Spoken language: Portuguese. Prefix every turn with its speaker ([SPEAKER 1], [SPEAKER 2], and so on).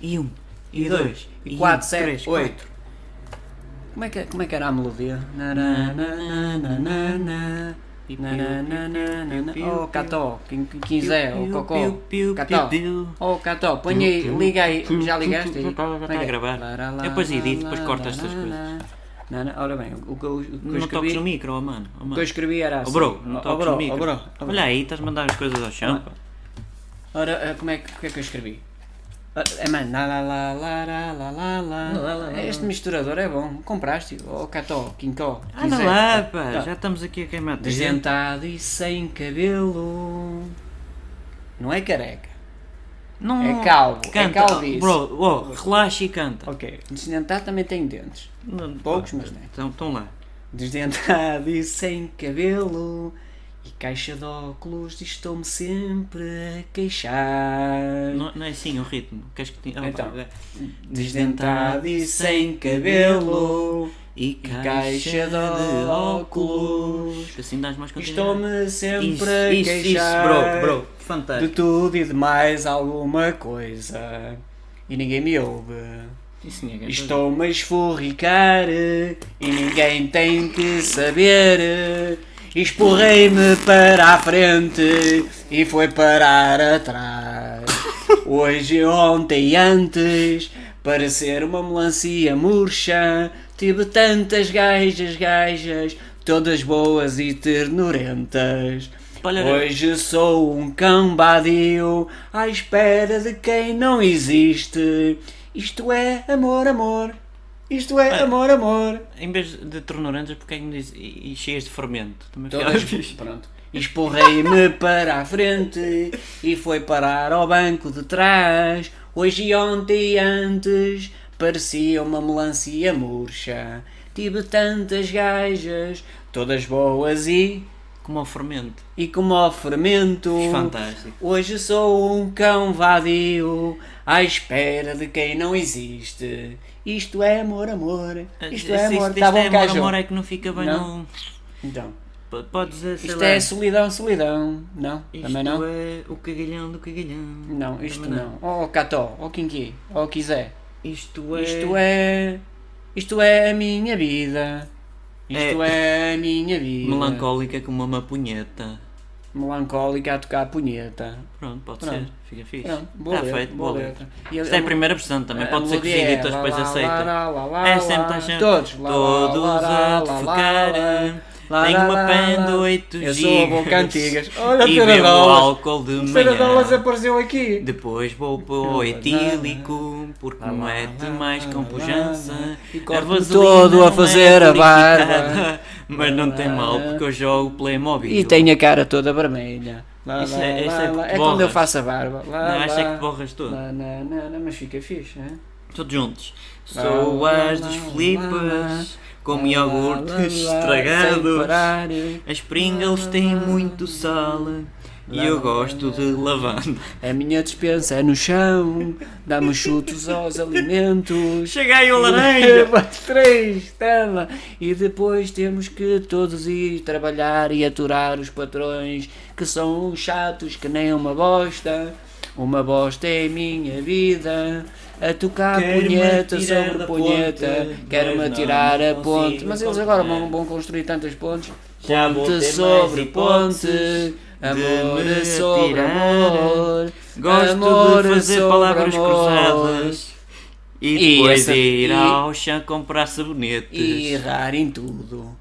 [SPEAKER 1] e um,
[SPEAKER 2] E dois, e quatro, sete, oito. Como é que, como é que era a melodia? Na, na, na, na, na, na. Na, na, na, na, na, na. Oh, Cató, quem quem quiser, o Cocó. Cató. Oh, Cató, põe aí, liga aí. Já ligaste? aí?
[SPEAKER 1] Tá, tá, tá a gravar.
[SPEAKER 2] Lá, lá, lá,
[SPEAKER 1] Eu depois
[SPEAKER 2] lá,
[SPEAKER 1] edito,
[SPEAKER 2] lá,
[SPEAKER 1] depois corto
[SPEAKER 2] lá,
[SPEAKER 1] estas
[SPEAKER 2] lá,
[SPEAKER 1] coisas.
[SPEAKER 2] lá. Não, não, Olha bem, o, o, que eu- o, que eu
[SPEAKER 1] Não toques
[SPEAKER 2] escrevi-
[SPEAKER 1] no micro, ó mano. ó,
[SPEAKER 2] o
[SPEAKER 1] mano.
[SPEAKER 2] que eu escrevi era
[SPEAKER 1] Ó,
[SPEAKER 2] assim.
[SPEAKER 1] bro,
[SPEAKER 2] Ó,
[SPEAKER 1] não
[SPEAKER 2] ó,
[SPEAKER 1] toques
[SPEAKER 2] bro,
[SPEAKER 1] no
[SPEAKER 2] ó,
[SPEAKER 1] micro.
[SPEAKER 2] bro, ó, bro.
[SPEAKER 1] Olha aí, estás a mandar as coisas ao chão, pá.
[SPEAKER 2] Ah, Ora, eh, como é que, o que é que eu escrevi? Ora, É mano, lá lá lá lá lá lá lá
[SPEAKER 1] lá, lá,
[SPEAKER 2] lá.
[SPEAKER 1] lá.
[SPEAKER 2] Este misturador é bom, compraste, ó Cató, Quincó.
[SPEAKER 1] Anda
[SPEAKER 2] quiser.
[SPEAKER 1] lá, pá.
[SPEAKER 2] Tá.
[SPEAKER 1] Já estamos aqui a queimar.
[SPEAKER 2] Desdentado e sem cabelo. Não é careca.
[SPEAKER 1] Não,
[SPEAKER 2] É calvo, é
[SPEAKER 1] canta.
[SPEAKER 2] calvície.
[SPEAKER 1] Bro, oh, relaxa e canta.
[SPEAKER 2] Ok, desdentado também tem dentes.
[SPEAKER 1] Não,
[SPEAKER 2] Poucos,
[SPEAKER 1] pá,
[SPEAKER 2] mas tem.
[SPEAKER 1] Estão estão lá.
[SPEAKER 2] Desdentado e sem cabelo. E caixa de óculos, e estou-me sempre a queixar.
[SPEAKER 1] Não, não é assim o ritmo. Queres que te... oh,
[SPEAKER 2] Então.
[SPEAKER 1] pá,
[SPEAKER 2] Desdentado e sem cabelo.
[SPEAKER 1] E
[SPEAKER 2] caixa de óculos. é
[SPEAKER 1] Assim dás mais
[SPEAKER 2] e
[SPEAKER 1] conta.
[SPEAKER 2] Estou-me sempre
[SPEAKER 1] Isso,
[SPEAKER 2] a
[SPEAKER 1] isso,
[SPEAKER 2] queixar.
[SPEAKER 1] isso, bro, bro.
[SPEAKER 2] De
[SPEAKER 1] Fantástico.
[SPEAKER 2] tudo e de mais alguma coisa. E ninguém me ouve.
[SPEAKER 1] Isso ninguém está.
[SPEAKER 2] Estou-me a esforricar e ninguém tem que saber. Esporrei-me para a frente e foi parar atrás. Hoje, ontem e antes, para ser uma melancia murcha, tive tantas gajas, gajas, todas boas e ternurentas.
[SPEAKER 1] Olha-
[SPEAKER 2] Hoje sou um cão badio à espera de quem não existe. Isto é amor, amor. Isto é amor, amor.
[SPEAKER 1] Em vez de tornorantes, porque é que me diz e, e cheias de fermento? Também
[SPEAKER 2] Todas,
[SPEAKER 1] ficava fixe.
[SPEAKER 2] pronto. Esporrei-me para a frente e foi parar ao banco de trás. Hoje e ontem e antes parecia uma melancia murcha. Tive tantas gajas, todas boas e,
[SPEAKER 1] Como ao fermento.
[SPEAKER 2] e como ao fermento.
[SPEAKER 1] Fantástico.
[SPEAKER 2] Hoje sou um cão vadio à espera de quem não existe. Isto é amor, amor. Isto é
[SPEAKER 1] Se
[SPEAKER 2] amor.
[SPEAKER 1] isto
[SPEAKER 2] Está
[SPEAKER 1] é
[SPEAKER 2] bom,
[SPEAKER 1] amor,
[SPEAKER 2] Cajo?
[SPEAKER 1] amor é que não fica bem
[SPEAKER 2] Não?
[SPEAKER 1] no.
[SPEAKER 2] Então,
[SPEAKER 1] P- Podes dizer, sei
[SPEAKER 2] isto
[SPEAKER 1] lá,
[SPEAKER 2] é solidão, solidão. Não?
[SPEAKER 1] isto
[SPEAKER 2] Também não?
[SPEAKER 1] é o cagalhão do cagalhão.
[SPEAKER 2] Não, isto
[SPEAKER 1] Também
[SPEAKER 2] não. Ó oh, Cató, ó oh, Kinky, ó oh, Kizé.
[SPEAKER 1] Isto é.
[SPEAKER 2] Isto é. Isto é a minha vida. Isto é, a minha vida.
[SPEAKER 1] Melancólica como uma punheta.
[SPEAKER 2] Melancólica a tocar a punheta.
[SPEAKER 1] Pronto, pode
[SPEAKER 2] Pronto.
[SPEAKER 1] ser. Fica fixe.
[SPEAKER 2] Pronto, boa
[SPEAKER 1] Está
[SPEAKER 2] letra,
[SPEAKER 1] tá feito,
[SPEAKER 2] boa
[SPEAKER 1] boa
[SPEAKER 2] letra.
[SPEAKER 1] letra.
[SPEAKER 2] E um a-
[SPEAKER 1] Isto é
[SPEAKER 2] a
[SPEAKER 1] a primeira versão também.
[SPEAKER 2] A
[SPEAKER 1] Pode ser que os
[SPEAKER 2] melodia é
[SPEAKER 1] editas
[SPEAKER 2] lá,
[SPEAKER 1] depois
[SPEAKER 2] lá, lá,
[SPEAKER 1] aceitem.
[SPEAKER 2] lá, lá, lá,
[SPEAKER 1] É sempre
[SPEAKER 2] lá.
[SPEAKER 1] está sempre.
[SPEAKER 2] Todos, lá,
[SPEAKER 1] Todos
[SPEAKER 2] lá, lá,
[SPEAKER 1] a
[SPEAKER 2] lá,
[SPEAKER 1] tocar.
[SPEAKER 2] lá, lá,
[SPEAKER 1] Tenho
[SPEAKER 2] lá,
[SPEAKER 1] uma
[SPEAKER 2] lá,
[SPEAKER 1] pan de
[SPEAKER 2] lá.
[SPEAKER 1] 8
[SPEAKER 2] Eu
[SPEAKER 1] gigas.
[SPEAKER 2] sou a boca antigas. Olha,
[SPEAKER 1] E
[SPEAKER 2] Fera
[SPEAKER 1] bebo
[SPEAKER 2] Dolas.
[SPEAKER 1] álcool de
[SPEAKER 2] Feira Dolas
[SPEAKER 1] manhã.
[SPEAKER 2] apareceu aqui.
[SPEAKER 1] Depois vou para o
[SPEAKER 2] é
[SPEAKER 1] etílico, porque não é demais com pujança.
[SPEAKER 2] E
[SPEAKER 1] A
[SPEAKER 2] corto-me
[SPEAKER 1] vaselina
[SPEAKER 2] todo a
[SPEAKER 1] É não é
[SPEAKER 2] fazer a barba.
[SPEAKER 1] purificada, Mas não tem mal, porque eu jogo Playmobil.
[SPEAKER 2] E tenho a cara toda vermelha. Lá,
[SPEAKER 1] Isso
[SPEAKER 2] lá,
[SPEAKER 1] é- isso é
[SPEAKER 2] lá,
[SPEAKER 1] que
[SPEAKER 2] lá.
[SPEAKER 1] te
[SPEAKER 2] é quando eu
[SPEAKER 1] borras.
[SPEAKER 2] faço a barba.
[SPEAKER 1] Não,
[SPEAKER 2] Lá,
[SPEAKER 1] acho é que
[SPEAKER 2] lá,
[SPEAKER 1] te borras todo.
[SPEAKER 2] lá, não, não, não, é? mas fica fixe, hein?
[SPEAKER 1] Todos juntos.
[SPEAKER 2] Lá,
[SPEAKER 1] Sou as
[SPEAKER 2] lá,
[SPEAKER 1] dos
[SPEAKER 2] lá, lá,
[SPEAKER 1] Filipas, como
[SPEAKER 2] Lá, lá, lá, lá,
[SPEAKER 1] iogurtes
[SPEAKER 2] sem
[SPEAKER 1] estragados.
[SPEAKER 2] parar.
[SPEAKER 1] As Pringles têm muito sal e eu gosto de lavanda.
[SPEAKER 2] A minha despensa é no chão, dá-me chutes aos alimentos.
[SPEAKER 1] Cheguei o laranja!
[SPEAKER 2] Mais três, tela. E depois temos que todos ir trabalhar e aturar os patrões que são uns chatos que nem uma bosta. Uma bosta é a minha vida. A tocar
[SPEAKER 1] Quero-me
[SPEAKER 2] punheta
[SPEAKER 1] atirar
[SPEAKER 2] sobre
[SPEAKER 1] da
[SPEAKER 2] punheta,
[SPEAKER 1] ponte,
[SPEAKER 2] quero-me
[SPEAKER 1] mas não
[SPEAKER 2] atirar a
[SPEAKER 1] consigo
[SPEAKER 2] ponte. Mas eles agora vão,
[SPEAKER 1] contornar.
[SPEAKER 2] vão construir tantas pontes.
[SPEAKER 1] Já vou ter
[SPEAKER 2] Ponte
[SPEAKER 1] mais
[SPEAKER 2] sobre
[SPEAKER 1] hipóteses
[SPEAKER 2] ponte,
[SPEAKER 1] de
[SPEAKER 2] amor é
[SPEAKER 1] me
[SPEAKER 2] sobre
[SPEAKER 1] atirar.
[SPEAKER 2] amor.
[SPEAKER 1] Gosto
[SPEAKER 2] amor é
[SPEAKER 1] de fazer
[SPEAKER 2] sobre
[SPEAKER 1] palavras
[SPEAKER 2] amor.
[SPEAKER 1] cruzadas e
[SPEAKER 2] E
[SPEAKER 1] depois
[SPEAKER 2] essa-
[SPEAKER 1] ir
[SPEAKER 2] e-
[SPEAKER 1] ao chão comprar
[SPEAKER 2] E
[SPEAKER 1] sabonetes.
[SPEAKER 2] errar em tudo.